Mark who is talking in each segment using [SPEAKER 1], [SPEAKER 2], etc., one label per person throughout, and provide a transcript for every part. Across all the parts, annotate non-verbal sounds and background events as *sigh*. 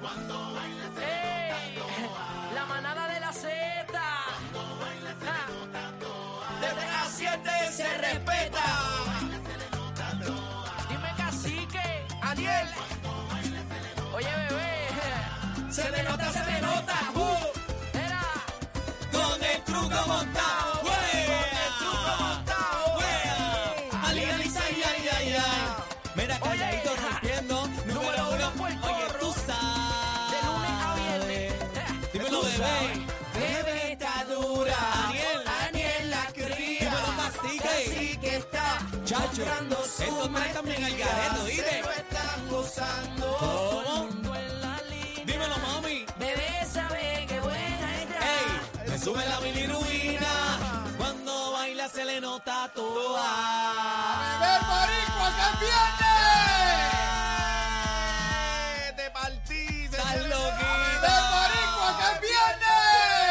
[SPEAKER 1] Cuando baila se
[SPEAKER 2] ¡Ey!
[SPEAKER 1] le nota toa.
[SPEAKER 2] La manada de la Z.
[SPEAKER 1] Cuando baila se
[SPEAKER 2] Ah.
[SPEAKER 1] le nota toa.
[SPEAKER 3] Desde las 7 se respeta.
[SPEAKER 2] Dime cacique.
[SPEAKER 3] Aniel,
[SPEAKER 2] Oye, bebé.
[SPEAKER 3] se le nota, se le nota. Uh,
[SPEAKER 2] Era.
[SPEAKER 3] con el truco montado. güey. Con el truco montado. güey. Ali, ali, ay, ay, ay, ay. Mira, calladito
[SPEAKER 2] Oye.
[SPEAKER 3] rompiendo. Número uno.
[SPEAKER 2] Puerto
[SPEAKER 3] Oye,
[SPEAKER 2] Rico.
[SPEAKER 3] tú sabes.
[SPEAKER 2] De lunes a viernes.
[SPEAKER 3] Dímelo,
[SPEAKER 2] Tú
[SPEAKER 3] bebé.
[SPEAKER 2] sabes.
[SPEAKER 3] Bebé está dura. Aniel,
[SPEAKER 2] Aniel la cría.
[SPEAKER 3] Dímelo, cacique.
[SPEAKER 4] Así que está
[SPEAKER 3] Chacho,
[SPEAKER 4] comprando su
[SPEAKER 3] estos tres también al garete,
[SPEAKER 4] maestría,
[SPEAKER 3] ¿oíste?
[SPEAKER 4] Se lo están gozando.
[SPEAKER 3] ¿Cómo?
[SPEAKER 2] Mundo en la línea.
[SPEAKER 3] Dímelo, mami.
[SPEAKER 2] Bebé sabe que buena está.
[SPEAKER 3] ¡Ey! Me sube la bilirubina. Cuando baila se le nota toda.
[SPEAKER 4] ¡Beber boricua, que es viernes!
[SPEAKER 3] ¡Te partí! ¡Estás loquito!
[SPEAKER 4] ¡Del boricua que es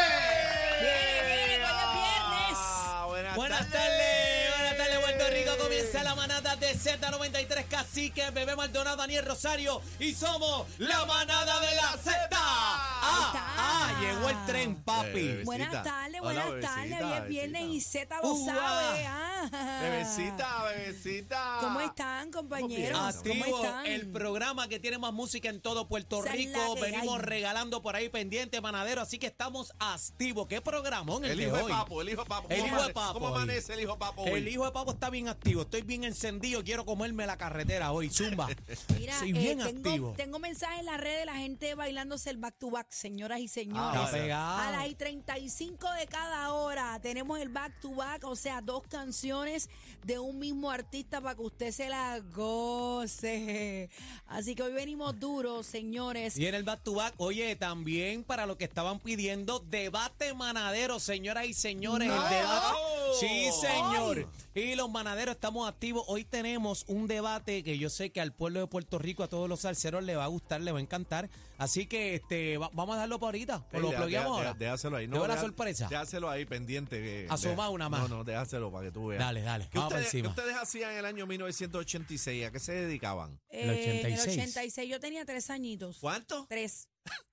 [SPEAKER 4] viernes!
[SPEAKER 2] Mire, hoy es viernes.
[SPEAKER 5] Ah,
[SPEAKER 3] Buenas tardes, buenas tardes Puerto Rico,
[SPEAKER 5] Eh,
[SPEAKER 3] comienza la manada de Z93 Cacique, Bebé Maldonado, Daniel Rosario y somos la manada de la Z. Ah, ah, llegó el tren,
[SPEAKER 5] Eh,
[SPEAKER 3] papi.
[SPEAKER 6] Buenas
[SPEAKER 5] Bebecita.
[SPEAKER 6] tardes,
[SPEAKER 5] Hola,
[SPEAKER 6] buenas tardes. Hoy
[SPEAKER 5] bebecita,
[SPEAKER 6] es viernes y
[SPEAKER 5] bebecita.
[SPEAKER 6] Z lo
[SPEAKER 3] Ua.
[SPEAKER 6] sabe. ah.
[SPEAKER 5] Bebecita, bebecita.
[SPEAKER 6] ¿Cómo están, compañeros? ¿Cómo
[SPEAKER 3] Activo
[SPEAKER 6] están?
[SPEAKER 3] el programa que tiene más música en todo Puerto
[SPEAKER 6] Esa es la
[SPEAKER 3] Rico.
[SPEAKER 6] que
[SPEAKER 3] Venimos
[SPEAKER 6] hay.
[SPEAKER 3] regalando por ahí pendiente, panadero. Así que estamos activos. ¿Qué programón el,
[SPEAKER 5] El
[SPEAKER 3] de
[SPEAKER 5] hijo de
[SPEAKER 3] hoy?
[SPEAKER 5] papo, el hijo de papo.
[SPEAKER 3] El
[SPEAKER 5] ¿Cómo
[SPEAKER 3] hijo de
[SPEAKER 5] amane-
[SPEAKER 3] papo
[SPEAKER 5] ¿Cómo
[SPEAKER 3] hoy?
[SPEAKER 5] amanece el hijo de papo
[SPEAKER 3] El
[SPEAKER 5] hoy?
[SPEAKER 3] hijo de Papo está bien activo. Estoy bien encendido. Quiero comerme la carretera hoy. Zumba.
[SPEAKER 6] *laughs* Mira,
[SPEAKER 3] Soy
[SPEAKER 6] eh,
[SPEAKER 3] bien
[SPEAKER 6] tengo,
[SPEAKER 3] activo.
[SPEAKER 6] tengo mensajes en la red de la gente bailándose el back to back, señoras y
[SPEAKER 5] Ah,
[SPEAKER 6] señores.
[SPEAKER 3] Está pegado.
[SPEAKER 6] A las y 35 de cada hora tenemos el back to back, o sea, dos canciones de un mismo artista para que usted se las goce. Así que hoy venimos duros, señores.
[SPEAKER 3] Y en el back to back, oye, también para lo que estaban pidiendo, debate manadero, señoras y señores. el debate. Sí, señor. Y los manaderos estamos activos. Hoy tenemos un debate que yo sé que al pueblo de Puerto Rico, a todos los salseros, le va a gustar, le va a encantar. Así que este, va- vamos a dejarlo para ahorita. O
[SPEAKER 5] Ey,
[SPEAKER 3] lo
[SPEAKER 5] deja-
[SPEAKER 3] bloqueamos
[SPEAKER 5] deja-
[SPEAKER 3] ahora.
[SPEAKER 5] Déjaselo ahí.
[SPEAKER 3] Te doy la
[SPEAKER 5] deja-
[SPEAKER 3] sorpresa.
[SPEAKER 5] Déjaselo ahí pendiente. que-
[SPEAKER 3] Asoma
[SPEAKER 5] deja-
[SPEAKER 3] una más.
[SPEAKER 5] No, no, déjaselo para que tú veas.
[SPEAKER 3] Dale, dale,
[SPEAKER 5] ¿Qué
[SPEAKER 3] vamos para
[SPEAKER 5] ustedes,
[SPEAKER 3] encima.
[SPEAKER 5] ¿Qué ustedes hacían en el año 1986? ¿A qué se dedicaban?
[SPEAKER 6] Eh,
[SPEAKER 3] El
[SPEAKER 6] En el
[SPEAKER 3] 86.
[SPEAKER 6] 86 yo tenía tres añitos.
[SPEAKER 5] ¿Cuánto?
[SPEAKER 6] Tres.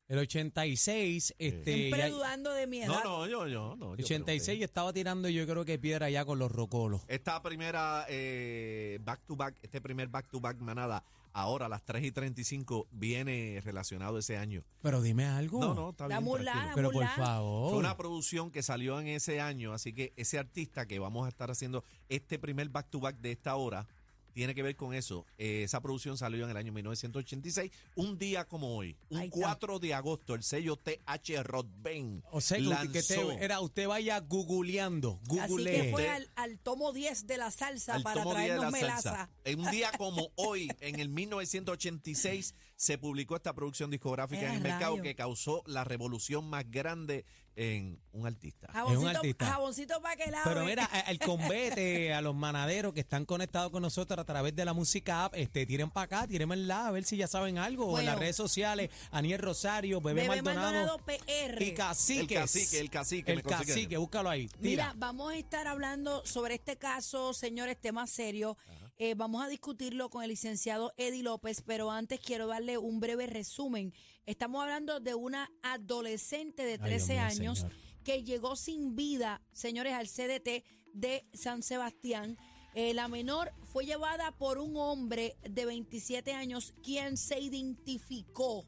[SPEAKER 3] El 86, este.
[SPEAKER 6] Siempre
[SPEAKER 3] ya-
[SPEAKER 6] dudando de mi edad.
[SPEAKER 5] No, no, yo, yo, no. yo creo
[SPEAKER 3] 86
[SPEAKER 5] que-
[SPEAKER 3] yo estaba tirando, yo creo que piedra ya con los rocolos.
[SPEAKER 5] Esta primera eh, back to back, este primer back to back manada, ahora a las 3 y 35 viene relacionado ese año.
[SPEAKER 3] Pero dime algo.
[SPEAKER 5] No, no, está
[SPEAKER 6] La
[SPEAKER 5] bien.
[SPEAKER 6] mulá,
[SPEAKER 5] tranquilo.
[SPEAKER 6] la
[SPEAKER 3] Pero por
[SPEAKER 6] Mulan.
[SPEAKER 3] favor.
[SPEAKER 5] Fue una producción que salió en ese año, así que ese artista que vamos a estar haciendo este primer back to back de esta hora tiene que ver con eso. Eh, esa producción salió en el año 1986, un día como hoy, un
[SPEAKER 6] Ahí está.
[SPEAKER 5] 4 de agosto, el sello TH Rodben.
[SPEAKER 3] O sea, que usted, que
[SPEAKER 5] lanzó
[SPEAKER 3] usted- era, usted vaya googleando,
[SPEAKER 6] Así
[SPEAKER 3] googlee.
[SPEAKER 6] que fue al, al tomo 10 de la salsa
[SPEAKER 5] al
[SPEAKER 6] para
[SPEAKER 5] tomo día de
[SPEAKER 6] traernos
[SPEAKER 5] la
[SPEAKER 6] melaza.
[SPEAKER 5] salsa. En un
[SPEAKER 6] *laughs*
[SPEAKER 5] día como hoy, en el 1986, se publicó esta producción discográfica
[SPEAKER 6] Era
[SPEAKER 5] en el mercado
[SPEAKER 6] rayo.
[SPEAKER 5] que causó la revolución más grande en un artista.
[SPEAKER 6] Jaboncito,
[SPEAKER 3] artista.
[SPEAKER 6] jaboncito para que lave.
[SPEAKER 3] Pero mira, a- al convete, a los manaderos que están conectados con nosotros a través de la música app, este, tiren para acá, tiren la a ver si ya saben algo. O en
[SPEAKER 6] Bueno.
[SPEAKER 3] las redes sociales, Aniel Rosario, Bebé,
[SPEAKER 6] Bebé
[SPEAKER 3] Maldonado,
[SPEAKER 6] Maldonado PR.
[SPEAKER 3] y Cacique.
[SPEAKER 5] El Cacique, el Cacique,
[SPEAKER 3] El
[SPEAKER 5] me consigue.
[SPEAKER 3] Cacique, búscalo ahí.
[SPEAKER 6] Mira,
[SPEAKER 3] Tira.
[SPEAKER 6] vamos a estar hablando sobre este caso, señores, tema serio. Eh, vamos a discutirlo con el licenciado Eddie López, pero antes quiero darle un breve resumen. Estamos hablando de una adolescente de
[SPEAKER 3] Ay, Dios
[SPEAKER 6] 13
[SPEAKER 3] mío,
[SPEAKER 6] años
[SPEAKER 3] señor.
[SPEAKER 6] que llegó sin vida, señores, al CDT de San Sebastián. Eh, la menor fue llevada por un hombre de 27 años quien se identificó,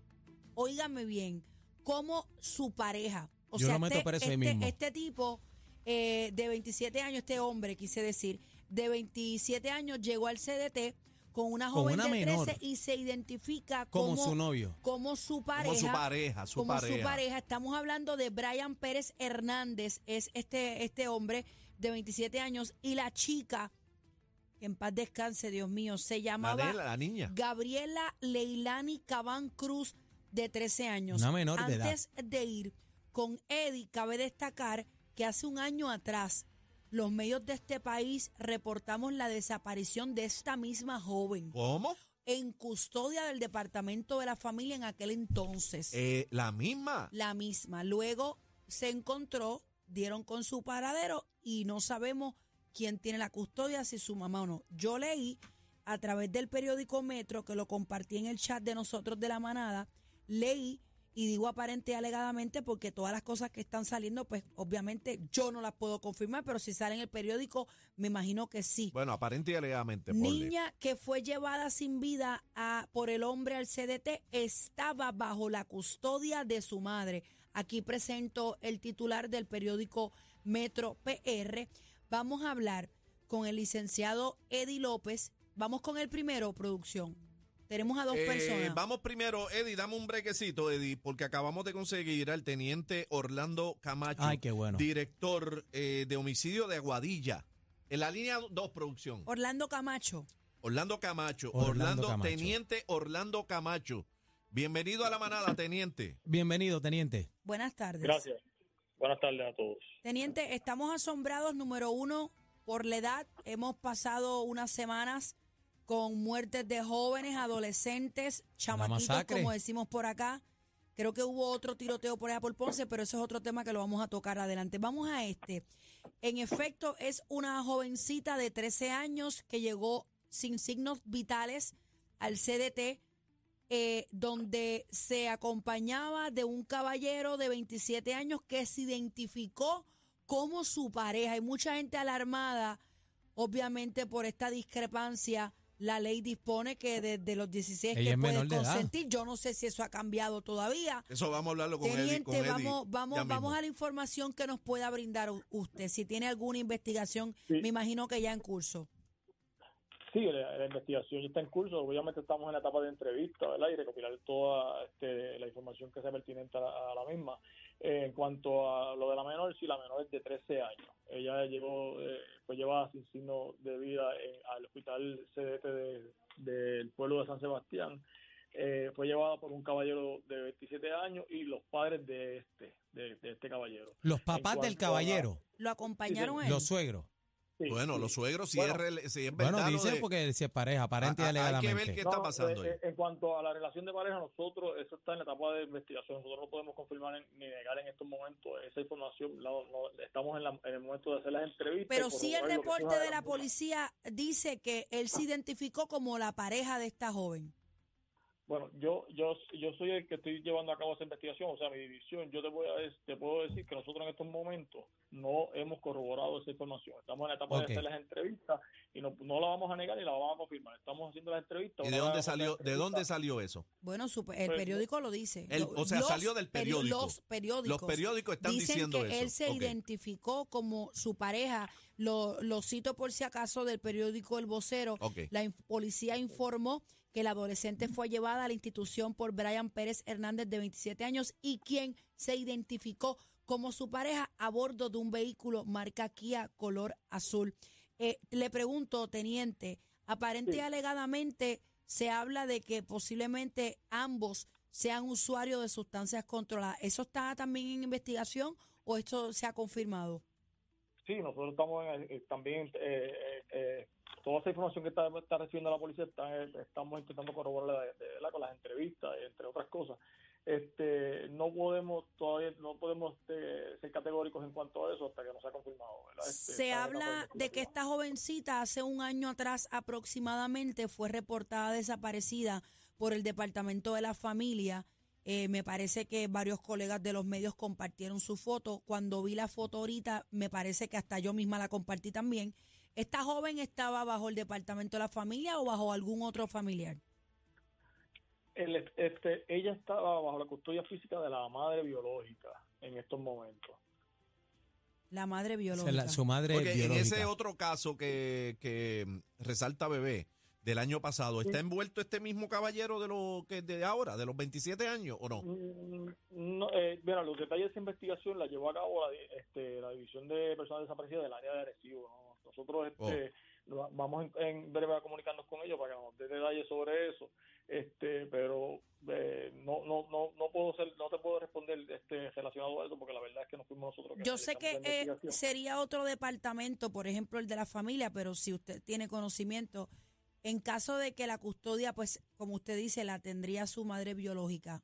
[SPEAKER 6] óigame bien, como su pareja. O
[SPEAKER 3] Yo
[SPEAKER 6] sea,
[SPEAKER 3] lo meto
[SPEAKER 6] este,
[SPEAKER 3] preso ahí
[SPEAKER 6] este-
[SPEAKER 3] mismo.
[SPEAKER 6] este tipo eh, de 27 años, este hombre, quise decir, de 27 años llegó al CDT con una
[SPEAKER 3] Con
[SPEAKER 6] joven
[SPEAKER 3] una
[SPEAKER 6] de
[SPEAKER 3] menor.
[SPEAKER 6] 13 y se identifica
[SPEAKER 3] Como
[SPEAKER 6] como,
[SPEAKER 3] su novio.
[SPEAKER 6] Como su pareja.
[SPEAKER 5] Como su pareja, su
[SPEAKER 6] como
[SPEAKER 5] pareja.
[SPEAKER 6] su pareja. Estamos hablando de Brian Pérez Hernández, es este, este hombre de 27 años, y la chica, que en paz descanse, Dios mío, se
[SPEAKER 5] La,
[SPEAKER 6] llamaba
[SPEAKER 5] nena, la niña.
[SPEAKER 6] Gabriela Leilani Cabán Cruz, de 13 años.
[SPEAKER 3] Una menor de edad.
[SPEAKER 6] Antes de ir con Eddie, cabe destacar que hace un año atrás, los medios de este país reportamos la desaparición de esta misma joven
[SPEAKER 5] ¿Cómo?
[SPEAKER 6] en custodia del Departamento de la Familia en aquel entonces.
[SPEAKER 5] Eh, la misma.
[SPEAKER 6] La misma. Luego se encontró, dieron con su paradero y no sabemos quién tiene la custodia, si su mamá o no. Yo leí a través del periódico Metro, que lo compartí en el chat de nosotros de la manada, leí y digo aparente y alegadamente porque todas las cosas que están saliendo, pues obviamente yo no las puedo confirmar, pero si sale en el periódico, me imagino que sí.
[SPEAKER 5] Bueno, aparente y alegadamente, ponle.
[SPEAKER 6] Niña que fue llevada sin vida a- por el hombre al CDT estaba bajo la custodia de su madre. Aquí presento el titular del periódico Metro PR. Vamos a hablar con el licenciado Eddie López. Vamos con el primero, producción. Tenemos a dos
[SPEAKER 5] Eh,
[SPEAKER 6] personas.
[SPEAKER 5] Vamos primero, Eddie, dame un brequecito, Eddie, porque acabamos de conseguir al teniente Orlando Camacho,
[SPEAKER 3] Ay, qué bueno.
[SPEAKER 5] director eh, de homicidio de Aguadilla. En la línea 2, producción.
[SPEAKER 6] Orlando Camacho.
[SPEAKER 5] Orlando Camacho,
[SPEAKER 3] Orlando
[SPEAKER 5] Orlando,
[SPEAKER 3] Camacho.
[SPEAKER 5] teniente Orlando Camacho. Bienvenido a la manada, teniente.
[SPEAKER 3] Bienvenido, teniente.
[SPEAKER 6] Buenas tardes.
[SPEAKER 7] Gracias. Buenas tardes a todos.
[SPEAKER 6] Teniente, estamos asombrados, número uno, por la edad. Hemos pasado unas semanas con muertes de jóvenes, adolescentes, chamaquitos,
[SPEAKER 3] masacre.
[SPEAKER 6] como decimos por acá. Creo que hubo otro tiroteo por allá por Ponce, pero eso es otro tema que lo vamos a tocar adelante. Vamos a este. En efecto, es una jovencita de 13 años que llegó sin signos vitales al CDT, eh, donde se acompañaba de un caballero de 27 años que se identificó como su pareja. Hay mucha gente alarmada, obviamente, por esta discrepancia. La ley dispone que desde los 16
[SPEAKER 3] Ella
[SPEAKER 6] que
[SPEAKER 3] es menor
[SPEAKER 6] puedes
[SPEAKER 3] de edad.
[SPEAKER 6] consentir. Yo no sé si eso ha cambiado todavía.
[SPEAKER 5] Eso vamos a hablarlo con Eddie.
[SPEAKER 6] Teniente,
[SPEAKER 5] con Eddie
[SPEAKER 6] vamos,
[SPEAKER 5] ya
[SPEAKER 6] vamos,
[SPEAKER 5] mismo.
[SPEAKER 6] vamos a la información que nos pueda brindar u- usted. Si tiene alguna investigación, me imagino que ya en curso.
[SPEAKER 7] Sí, la, la investigación ya está en curso. Obviamente estamos en la etapa de entrevista, ¿verdad? Y recopilar toda este, la información que sea pertinente a la, a la misma. Eh, en cuanto a lo de la menor, sí, la menor es de 13 años. Ella llegó, eh, fue llevada sin signo de vida en- al hospital CDT de- del pueblo de San Sebastián. Eh, fue llevada por un caballero de 27 años y los padres de este, de, de este caballero.
[SPEAKER 3] Los papás del
[SPEAKER 7] cuanto a-
[SPEAKER 3] caballero,
[SPEAKER 6] ¿Lo acompañaron a él?
[SPEAKER 3] los suegros.
[SPEAKER 7] Sí,
[SPEAKER 5] Bueno,
[SPEAKER 7] sí.
[SPEAKER 5] los suegros, si,
[SPEAKER 7] Bueno.
[SPEAKER 5] es, rel- si es
[SPEAKER 3] Bueno,
[SPEAKER 5] verdad lo
[SPEAKER 3] dicen
[SPEAKER 5] de-
[SPEAKER 3] porque si es pareja, aparente y
[SPEAKER 5] Ah, ah, hay que
[SPEAKER 3] alegadamente.
[SPEAKER 5] ver qué está
[SPEAKER 7] No,
[SPEAKER 5] pasando
[SPEAKER 7] eh,
[SPEAKER 5] ahí.
[SPEAKER 7] eh, En cuanto a la relación de pareja, nosotros, eso está en la etapa de investigación. Nosotros no podemos confirmar en- ni negar en estos momentos esa información. No, no, estamos en, la- en el momento de hacer las entrevistas.
[SPEAKER 6] Pero
[SPEAKER 7] y
[SPEAKER 6] sí el
[SPEAKER 7] corroborar lo que
[SPEAKER 6] reporte
[SPEAKER 7] surja
[SPEAKER 6] de la
[SPEAKER 7] misma.
[SPEAKER 6] policía dice que él se identificó como la pareja de esta joven.
[SPEAKER 7] Bueno, yo, yo, yo soy el que estoy llevando a cabo esa investigación, o sea, mi división. Yo te, voy a, des- te puedo decir que nosotros en estos momentos no hemos corroborado esa información. Estamos en la etapa
[SPEAKER 3] Ok.
[SPEAKER 7] de hacer las entrevistas y no, no la vamos a negar ni la vamos a confirmar. Estamos haciendo las entrevistas.
[SPEAKER 5] ¿Y
[SPEAKER 7] una
[SPEAKER 5] de
[SPEAKER 7] vez
[SPEAKER 5] dónde
[SPEAKER 7] hagamos las
[SPEAKER 5] salió, de dónde
[SPEAKER 7] entrevistas-
[SPEAKER 5] salió eso?
[SPEAKER 6] Bueno, su- el
[SPEAKER 7] Pues,
[SPEAKER 6] periódico lo dice.
[SPEAKER 5] el-
[SPEAKER 6] Lo-
[SPEAKER 5] o sea, salió del
[SPEAKER 6] peri-
[SPEAKER 5] periódico.
[SPEAKER 6] Los periódicos.
[SPEAKER 5] Los periódicos están
[SPEAKER 6] dicen
[SPEAKER 5] diciendo
[SPEAKER 6] que
[SPEAKER 5] eso.
[SPEAKER 6] él se
[SPEAKER 5] Ok.
[SPEAKER 6] identificó como su pareja. Lo, lo cito por si acaso del periódico El Vocero.
[SPEAKER 5] Ok.
[SPEAKER 6] La inf- policía informó que la adolescente fue llevada a la institución por Brian Pérez Hernández de 27 años y quien se identificó como su pareja a bordo de un vehículo marca Kia color azul. Eh, le pregunto, teniente, aparente y
[SPEAKER 7] Sí.
[SPEAKER 6] alegadamente se habla de que posiblemente ambos sean usuarios de sustancias controladas. ¿Eso está también en investigación o esto se ha confirmado?
[SPEAKER 7] Sí, nosotros estamos en el- eh, también, eh, eh, eh, toda esa información que está, está recibiendo la policía, está- eh, estamos intentando corroborarla de- de- ¿verdad? con las entrevistas, entre otras cosas. Este, no podemos todavía, no podemos este, ser categóricos en cuanto a eso hasta que no sea confirmado. ¿verdad?
[SPEAKER 6] Se
[SPEAKER 7] Este, está en etapa
[SPEAKER 6] habla de que
[SPEAKER 7] investigativa.
[SPEAKER 6] esta jovencita hace un año atrás aproximadamente fue reportada desaparecida por el Departamento de la Familia. Eh, me parece que varios colegas de los medios compartieron su foto. Cuando vi la foto ahorita, me parece que hasta yo misma la compartí también. ¿Esta joven estaba bajo el Departamento de la Familia o bajo algún otro familiar?
[SPEAKER 7] El- este, ella estaba bajo la custodia física de la madre biológica en estos momentos.
[SPEAKER 6] La madre biológica.
[SPEAKER 3] Se la- su madre
[SPEAKER 5] Porque en
[SPEAKER 3] biológica.
[SPEAKER 5] ese otro caso que, que resalta Bebé del año pasado, ¿está envuelto este mismo caballero de lo que de ahora, de los 27 años o no?
[SPEAKER 7] Mm, No, eh, mira, los detalles de esa investigación la llevó a cabo la, di- este, la División de Personas Desaparecidas del área de Arecibo. ¿no? Nosotros
[SPEAKER 3] Oh.
[SPEAKER 7] este, va- vamos en, en breve a comunicarnos con ellos para que nos den detalles sobre eso. Este, pero eh, no, no, no, no puedo ser, no te puedo responder este, relacionado a eso porque la verdad es que no fuimos nosotros. que
[SPEAKER 6] Yo sé que
[SPEAKER 7] realizamos la
[SPEAKER 6] eh,
[SPEAKER 7] investigación.
[SPEAKER 6] sería otro departamento, por ejemplo, el de la familia, pero si usted tiene conocimiento, en caso de que la custodia, pues, como usted dice, la tendría su madre biológica,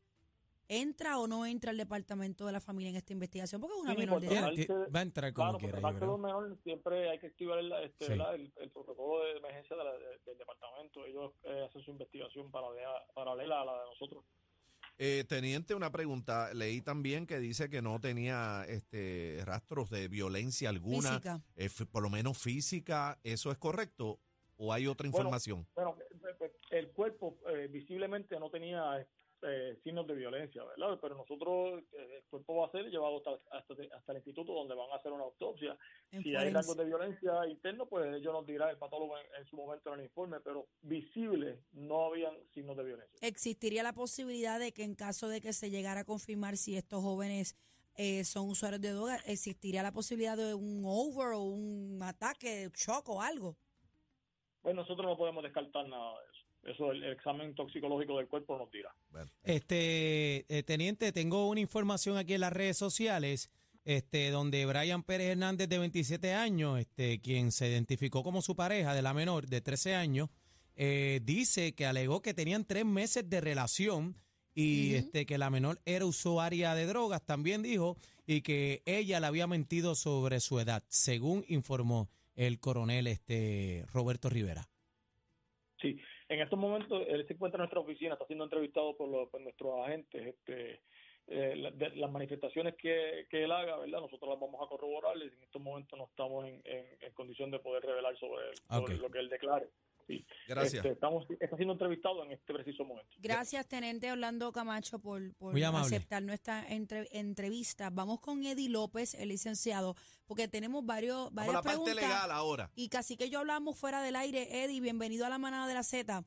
[SPEAKER 6] ¿entra o no entra el departamento de la familia en esta investigación? Porque es una
[SPEAKER 7] Sí,
[SPEAKER 6] menor de
[SPEAKER 7] porque-
[SPEAKER 6] edad.
[SPEAKER 3] Tiene- ti- va a entrar como
[SPEAKER 7] Claro,
[SPEAKER 3] quiera,
[SPEAKER 7] por
[SPEAKER 3] yo
[SPEAKER 7] tratarse de
[SPEAKER 3] creo.
[SPEAKER 7] los menores siempre hay que activar el, este,
[SPEAKER 3] Sí.
[SPEAKER 7] ¿verdad? el, el protocolo de emergencia de la- de- del departamento. Ellos eh, hacen su investigación paralela, paralela a la de nosotros.
[SPEAKER 5] Eh, teniente, una pregunta. Leí también que dice que no tenía este, rastros de violencia alguna,
[SPEAKER 6] Física.
[SPEAKER 5] eh, f- por lo menos física. ¿Eso es correcto? ¿O hay otra
[SPEAKER 7] Bueno,
[SPEAKER 5] información?
[SPEAKER 7] Bueno, pues, el cuerpo eh, visiblemente no tenía eh, signos de violencia, ¿verdad? Pero nosotros, eh, el cuerpo va a ser llevado hasta, hasta, hasta el instituto donde van a hacer una autopsia.
[SPEAKER 6] En
[SPEAKER 7] Si hay
[SPEAKER 6] forense.
[SPEAKER 7] rasgos de violencia interno, pues ellos nos dirá el patólogo en, en su momento en el informe, pero visible no habían signos de violencia.
[SPEAKER 6] existiría la posibilidad de que en caso de que se llegara a confirmar si estos jóvenes eh, son usuarios de droga, existiría la posibilidad de un over o un ataque, shock o algo.
[SPEAKER 7] Pues nosotros no podemos descartar nada de eso. Eso el, el examen toxicológico del cuerpo nos dirá.
[SPEAKER 3] Este, eh, teniente, tengo una información aquí en las redes sociales, este, donde Brian Pérez Hernández, de 27 años, este, quien se identificó como su pareja de la menor de 13 años, eh, dice que alegó que tenían tres meses de relación y
[SPEAKER 6] Ujú.
[SPEAKER 3] este, que la menor era usuaria de drogas, también dijo, y que ella le había mentido sobre su edad, según informó el coronel este, Roberto Rivera.
[SPEAKER 7] En estos momentos, él se encuentra en nuestra oficina, está siendo entrevistado por, los- por nuestros agentes. Este, eh, la- de- las manifestaciones que, que él haga, ¿verdad? Nosotros las vamos a corroborar. y En estos momentos no estamos en, en- en condición de poder revelar sobre, él, sobre
[SPEAKER 3] Ok.
[SPEAKER 7] lo que él declare.
[SPEAKER 5] Gracias.
[SPEAKER 7] Este, estamos, está siendo entrevistado en este preciso momento.
[SPEAKER 6] Gracias, Tenente Orlando Camacho, por, por
[SPEAKER 3] Muy amable.
[SPEAKER 6] aceptar nuestra entre- entrevista. Vamos con Eddie López, el licenciado, porque tenemos
[SPEAKER 5] Vamos
[SPEAKER 6] varios,
[SPEAKER 5] a la
[SPEAKER 6] varias
[SPEAKER 5] parte
[SPEAKER 6] preguntas.
[SPEAKER 5] legal ahora.
[SPEAKER 6] Y casi que yo hablamos fuera del aire. Eddie, bienvenido a la manada de la Z.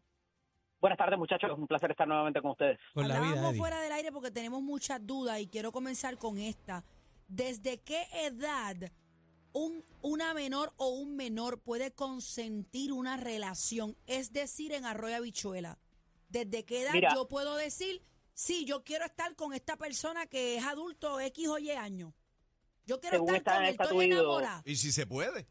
[SPEAKER 8] Buenas tardes, muchachos. Un placer estar nuevamente con ustedes.
[SPEAKER 3] Con la
[SPEAKER 6] Hablábamos
[SPEAKER 3] vida, Eddie.
[SPEAKER 6] fuera del aire porque tenemos muchas dudas y quiero comenzar con esta. ¿Desde qué edad un, una menor o un menor puede consentir una relación? Es decir, en Arroyo Habichuela. ¿Desde qué edad
[SPEAKER 8] Mira.
[SPEAKER 6] yo puedo decir, sí, yo quiero estar con esta persona que es adulto X o Y año? Yo quiero
[SPEAKER 8] Según
[SPEAKER 6] estar
[SPEAKER 8] está
[SPEAKER 6] con él, estoy
[SPEAKER 8] estatuido.
[SPEAKER 6] enamorada.
[SPEAKER 5] Y si se puede.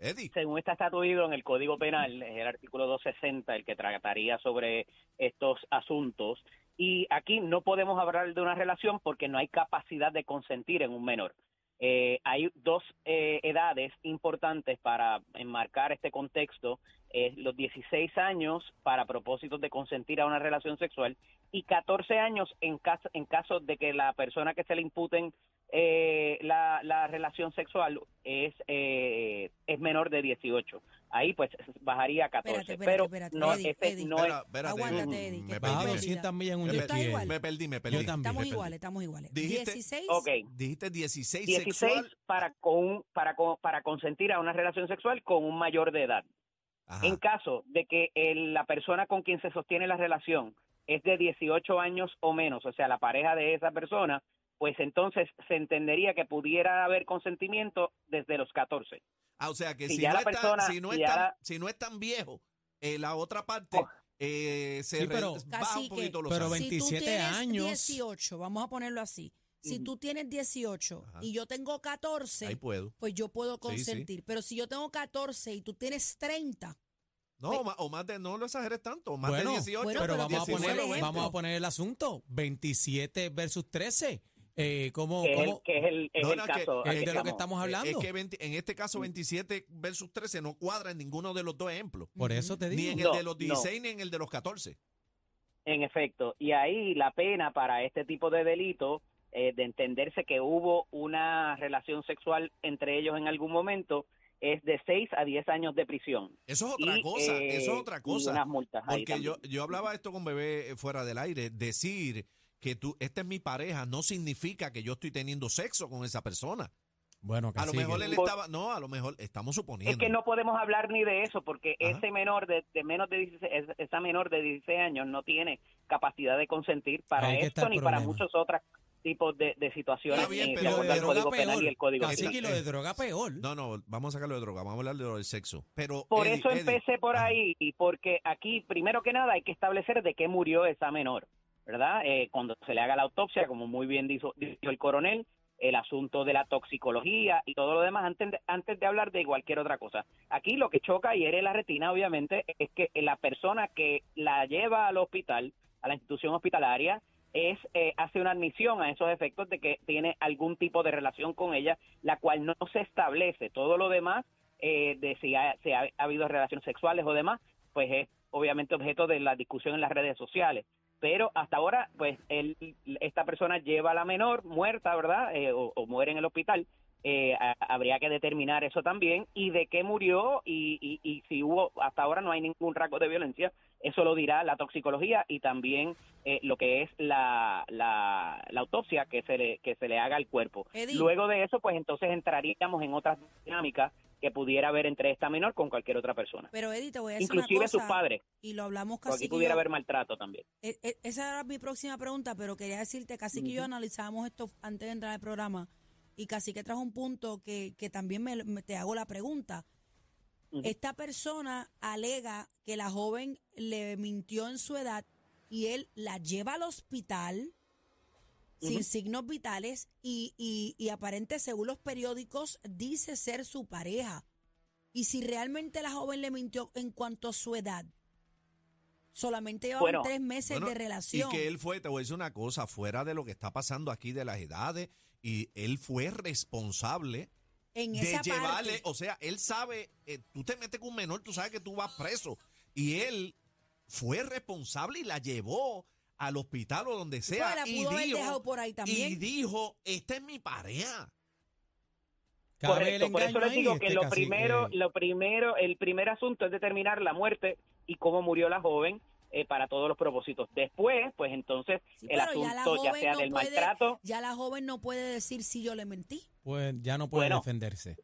[SPEAKER 5] Eddie.
[SPEAKER 8] Según está estatuido en el Código Penal, es el artículo 260 el que trataría sobre estos asuntos. Y aquí no podemos hablar de una relación porque no hay capacidad de consentir en un menor. Eh, hay dos eh, edades importantes para enmarcar este contexto, es los 16 años para propósitos de consentir a una relación sexual y 14 años en caso, en caso de que la persona que se le imputen eh, la, la relación sexual es, eh, es menor de 18. Ahí pues bajaría a 14.
[SPEAKER 6] Espérate, espérate,
[SPEAKER 8] pero
[SPEAKER 6] espérate,
[SPEAKER 8] no,
[SPEAKER 6] Eddie,
[SPEAKER 8] este
[SPEAKER 6] Eddie.
[SPEAKER 8] no
[SPEAKER 5] Espera,
[SPEAKER 8] es...
[SPEAKER 5] espérate. mm,
[SPEAKER 6] Aguántate, Eddie, que
[SPEAKER 5] Me
[SPEAKER 6] estás
[SPEAKER 3] Bajaba
[SPEAKER 5] perdí.
[SPEAKER 6] perdida.
[SPEAKER 3] 200 millas en un
[SPEAKER 5] Me
[SPEAKER 6] Yo
[SPEAKER 3] jet
[SPEAKER 6] estoy
[SPEAKER 3] ski,
[SPEAKER 5] perdí,
[SPEAKER 6] igual.
[SPEAKER 3] Eddie.
[SPEAKER 5] me perdí, me perdí.
[SPEAKER 3] Yo también.
[SPEAKER 6] Estamos
[SPEAKER 5] me perdí.
[SPEAKER 6] iguales, estamos iguales.
[SPEAKER 5] Dijiste-
[SPEAKER 6] 16.
[SPEAKER 8] Ok.
[SPEAKER 5] Dijiste 16,
[SPEAKER 8] 16
[SPEAKER 5] sexual.
[SPEAKER 8] para con un- para con- para consentir a una relación sexual con un mayor de edad.
[SPEAKER 5] Ajá.
[SPEAKER 8] En caso de que el- la persona con quien se sostiene la relación es de 18 años o menos, o sea, la pareja de esa persona, pues entonces se entendería que pudiera haber consentimiento desde los 14.
[SPEAKER 5] Ah, o sea que si,
[SPEAKER 8] Si ya
[SPEAKER 5] no
[SPEAKER 8] la
[SPEAKER 5] es
[SPEAKER 8] persona-
[SPEAKER 5] tan, si, no es
[SPEAKER 8] si ya
[SPEAKER 5] tan,
[SPEAKER 8] la-
[SPEAKER 5] si no es tan viejo, eh, la otra parte
[SPEAKER 8] Oh.
[SPEAKER 5] eh, se
[SPEAKER 3] Sí,
[SPEAKER 5] re-
[SPEAKER 3] pero-
[SPEAKER 5] baja un
[SPEAKER 6] Cacique,
[SPEAKER 5] poquito los
[SPEAKER 3] pero
[SPEAKER 5] años.
[SPEAKER 6] si tú
[SPEAKER 3] 27
[SPEAKER 6] tienes
[SPEAKER 3] años.
[SPEAKER 6] 18, vamos a ponerlo así. Si
[SPEAKER 8] Ujú.
[SPEAKER 6] tú tienes 18
[SPEAKER 5] Mm. Ajá.
[SPEAKER 6] y yo tengo
[SPEAKER 5] Ahí
[SPEAKER 6] 14,
[SPEAKER 5] puedo.
[SPEAKER 6] pues yo puedo
[SPEAKER 5] Sí, sí.
[SPEAKER 6] consentir. Pero si yo tengo 14 y tú tienes 30,
[SPEAKER 5] No, o ma- o más de, no lo exageres tanto, o más
[SPEAKER 3] Bueno,
[SPEAKER 5] de 18.
[SPEAKER 6] bueno,
[SPEAKER 3] pero
[SPEAKER 6] pero
[SPEAKER 3] vamos a,
[SPEAKER 6] que sea
[SPEAKER 3] poner,
[SPEAKER 6] el ejemplo.
[SPEAKER 3] vamos a
[SPEAKER 5] Eh,
[SPEAKER 3] poner el asunto 27 versus 13. Eh, ¿Cómo?
[SPEAKER 8] que, es el,
[SPEAKER 3] cómo-
[SPEAKER 8] que es el, es
[SPEAKER 5] No,
[SPEAKER 8] el
[SPEAKER 5] no, es que-
[SPEAKER 8] caso.
[SPEAKER 5] es
[SPEAKER 3] de
[SPEAKER 8] al
[SPEAKER 3] lo que
[SPEAKER 8] estamos.
[SPEAKER 3] estamos hablando?
[SPEAKER 5] Es que 20 en este caso 27 versus 13 no cuadra en ninguno de los dos ejemplos.
[SPEAKER 3] Por eso te
[SPEAKER 5] Ni
[SPEAKER 3] digo.
[SPEAKER 5] en
[SPEAKER 8] No,
[SPEAKER 5] el de los
[SPEAKER 8] no.
[SPEAKER 5] 16 ni en el de los 14.
[SPEAKER 8] En efecto, y ahí la pena para este tipo de delito, eh, de entenderse que hubo una relación sexual entre ellos en algún momento, es de 6 a 10 años de prisión.
[SPEAKER 5] Eso es otra
[SPEAKER 8] Y,
[SPEAKER 5] cosa,
[SPEAKER 8] eh,
[SPEAKER 5] eso es otra
[SPEAKER 8] Y
[SPEAKER 5] cosa.
[SPEAKER 8] unas multas ahí
[SPEAKER 5] Porque yo,
[SPEAKER 8] también.
[SPEAKER 5] yo hablaba esto con Bebé eh, fuera del aire, decir que tú, esta es mi pareja, no significa que yo estoy teniendo sexo con esa persona.
[SPEAKER 3] Bueno,
[SPEAKER 5] A lo
[SPEAKER 3] cacique.
[SPEAKER 5] mejor él
[SPEAKER 8] Por-
[SPEAKER 5] estaba, no, a lo mejor estamos suponiendo.
[SPEAKER 8] Es que no podemos hablar ni de eso porque
[SPEAKER 5] Ajá.
[SPEAKER 8] ese menor de, de menos de 16, es- esa menor de 16 años no tiene capacidad de consentir para
[SPEAKER 3] Ahí que está
[SPEAKER 8] esto
[SPEAKER 3] el
[SPEAKER 8] ni para
[SPEAKER 3] problema.
[SPEAKER 8] muchos otros tipos de, de situaciones
[SPEAKER 5] Está bien,
[SPEAKER 8] eh, de
[SPEAKER 3] lo
[SPEAKER 5] pero
[SPEAKER 8] acuerdo
[SPEAKER 3] de
[SPEAKER 8] al
[SPEAKER 3] droga
[SPEAKER 8] Código Penal y
[SPEAKER 3] peor.
[SPEAKER 8] el Código
[SPEAKER 3] Cacique,
[SPEAKER 8] Civil.
[SPEAKER 3] y lo de droga peor.
[SPEAKER 5] No, no, vamos a sacarlo de droga, vamos a hablar de lo del sexo. Pero
[SPEAKER 8] Por
[SPEAKER 5] Eddie,
[SPEAKER 8] eso
[SPEAKER 5] Eddie,
[SPEAKER 8] empecé por
[SPEAKER 5] ajá.
[SPEAKER 8] ahí, y porque aquí, primero que nada, hay que establecer de qué murió esa menor, ¿verdad? Eh, cuando se le haga la autopsia, como muy bien dijo, dijo el coronel, el asunto de la toxicología y todo lo demás, antes de, antes de hablar de cualquier otra cosa. Aquí lo que choca y eres la retina, obviamente, es que la persona que la lleva al hospital, a la institución hospitalaria, es eh, hace una admisión a esos efectos de que tiene algún tipo de relación con ella, la cual no se establece. Todo lo demás eh, de si ha, si ha- ha habido relaciones sexuales o demás, pues es obviamente objeto de la discusión en las redes sociales. Pero hasta ahora, pues, él, esta persona lleva a la menor muerta, ¿verdad? Eh, o, o muere en el hospital. Eh, a- habría que determinar eso también y de qué murió y, y- y si hubo, hasta ahora no hay ningún rasgo de violencia, eso lo dirá la toxicología y también eh, lo que es la, la, la autopsia que se, le, que se le haga al cuerpo.
[SPEAKER 6] Eddie.
[SPEAKER 8] Luego de eso, pues entonces entraríamos en otras dinámicas que pudiera haber entre esta menor con cualquier otra persona,
[SPEAKER 6] Pero Eddie, te voy a decir
[SPEAKER 8] inclusive
[SPEAKER 6] Pues, una cosa.
[SPEAKER 8] sus padres,
[SPEAKER 6] Y lo hablamos
[SPEAKER 8] porque
[SPEAKER 6] casi
[SPEAKER 8] aquí pudiera haber maltrato también.
[SPEAKER 6] E- e- esa era mi próxima pregunta, pero quería decirte, casi que yo analizábamos esto antes de entrar al programa y casi que trajo un punto que, que también me, me- te hago la pregunta.
[SPEAKER 8] Ujú.
[SPEAKER 6] Esta persona alega que la joven le mintió en su edad y él la lleva al hospital sin
[SPEAKER 8] Ujú.
[SPEAKER 6] signos vitales y, y, y aparente, según los periódicos, dice ser su pareja. Y si realmente la joven le mintió en cuanto a su edad, solamente llevaban
[SPEAKER 8] Bueno.
[SPEAKER 6] tres meses
[SPEAKER 5] Bueno,
[SPEAKER 6] de relación.
[SPEAKER 5] Y que él fue, te voy a decir una cosa, fuera de lo que está pasando aquí de las edades, y él fue responsable
[SPEAKER 6] en
[SPEAKER 5] de
[SPEAKER 6] esa
[SPEAKER 5] llevarle,
[SPEAKER 6] parte,
[SPEAKER 5] o sea, él sabe, eh, tú te metes con un menor, tú sabes que tú vas preso, y él fue responsable y la llevó al hospital o donde sea.
[SPEAKER 6] Bueno, Pues la
[SPEAKER 5] y
[SPEAKER 6] pudo haber
[SPEAKER 5] dijo-
[SPEAKER 6] dejado por ahí
[SPEAKER 5] Y
[SPEAKER 6] también.
[SPEAKER 5] dijo, esta es mi pareja.
[SPEAKER 3] Cabe el
[SPEAKER 8] Correcto, por eso
[SPEAKER 3] engaño
[SPEAKER 8] les
[SPEAKER 3] ahí,
[SPEAKER 8] digo que
[SPEAKER 3] este,
[SPEAKER 8] lo
[SPEAKER 3] cacique.
[SPEAKER 8] primero, lo primero, el primer asunto es determinar la muerte y cómo murió la joven eh, para todos los propósitos. Después, pues entonces
[SPEAKER 6] Sí,
[SPEAKER 8] el
[SPEAKER 6] pero ya la
[SPEAKER 8] asunto ya,
[SPEAKER 6] joven
[SPEAKER 8] sea
[SPEAKER 6] no
[SPEAKER 8] del
[SPEAKER 6] puede-
[SPEAKER 8] maltrato,
[SPEAKER 6] ya la joven no puede decir si yo le mentí.
[SPEAKER 3] Pues ya no puede
[SPEAKER 8] Bueno.
[SPEAKER 3] defenderse.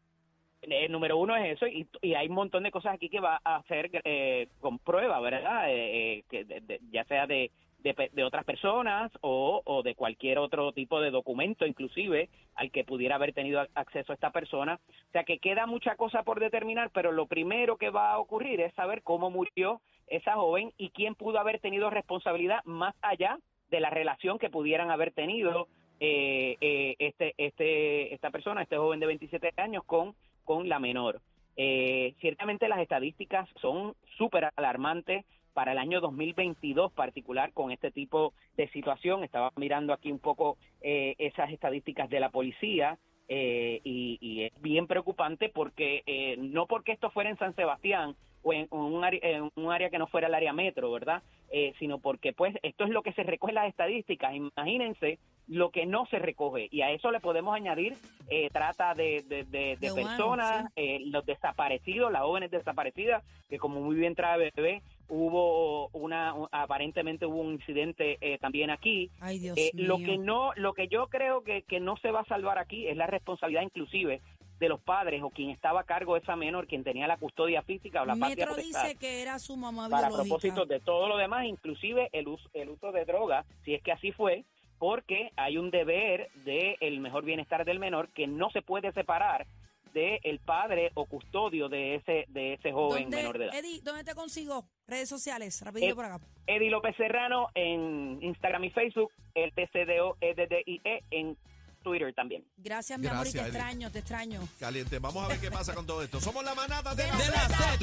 [SPEAKER 8] eh, número uno es eso y, y hay un montón de cosas aquí que va a hacer eh, con prueba, ¿verdad? Eh, eh, que de- de- ya sea de, de, pe- de otras personas o, o de cualquier otro tipo de documento, inclusive al que pudiera haber tenido ac- acceso esta persona. O sea que queda mucha cosa por determinar, pero lo primero que va a ocurrir es saber cómo murió esa joven y quién pudo haber tenido responsabilidad más allá de la relación que pudieran haber tenido eh, eh, este, este, esta persona, este joven de 27 años con, con la menor. Eh, ciertamente las estadísticas son súper alarmantes para el año 2022 particular con este tipo de situación. Estaba mirando aquí un poco eh, esas estadísticas de la policía eh, y, y es bien preocupante porque eh, no porque esto fuera en San Sebastián o en un, área- en un área que no fuera el área metro, ¿verdad? Eh, sino porque pues esto es lo que se recoge en las estadísticas. Imagínense lo que no se recoge y a eso le podemos añadir eh, trata de, de- de- de
[SPEAKER 6] De humanos,
[SPEAKER 8] personas, eh, los desaparecidos, las jóvenes desaparecidas, que como muy bien trae bebé, hubo una, aparentemente hubo un incidente eh, también aquí,
[SPEAKER 6] Ay, Dios
[SPEAKER 8] eh,
[SPEAKER 6] mío.
[SPEAKER 8] lo que no lo que yo creo que, que no se va a salvar aquí es la responsabilidad inclusive de los padres o quien estaba a cargo de esa menor quien tenía la custodia física o la patria
[SPEAKER 6] Metro
[SPEAKER 8] potestad
[SPEAKER 6] dice que era su mamá
[SPEAKER 8] para
[SPEAKER 6] biológica.
[SPEAKER 8] propósitos de todo lo demás inclusive el uso, el uso de drogas si es que así fue porque hay un deber de el mejor bienestar del menor que no se puede separar de el padre o custodio de ese de ese joven
[SPEAKER 6] ¿Dónde,
[SPEAKER 8] menor de edad
[SPEAKER 6] Eddie, ¿dónde te consigo? Redes sociales, rapidito
[SPEAKER 8] Eh,
[SPEAKER 6] por acá.
[SPEAKER 8] Eddie López Serrano en Instagram y Facebook, el TCDO EDDIE E en Twitter también.
[SPEAKER 6] Gracias, mi amor, y te
[SPEAKER 5] Gracias, Eddie.
[SPEAKER 6] extraño, te extraño.
[SPEAKER 5] Caliente, vamos a ver qué pasa con todo esto. Somos la manada de,
[SPEAKER 6] De
[SPEAKER 5] la
[SPEAKER 6] la
[SPEAKER 5] Z.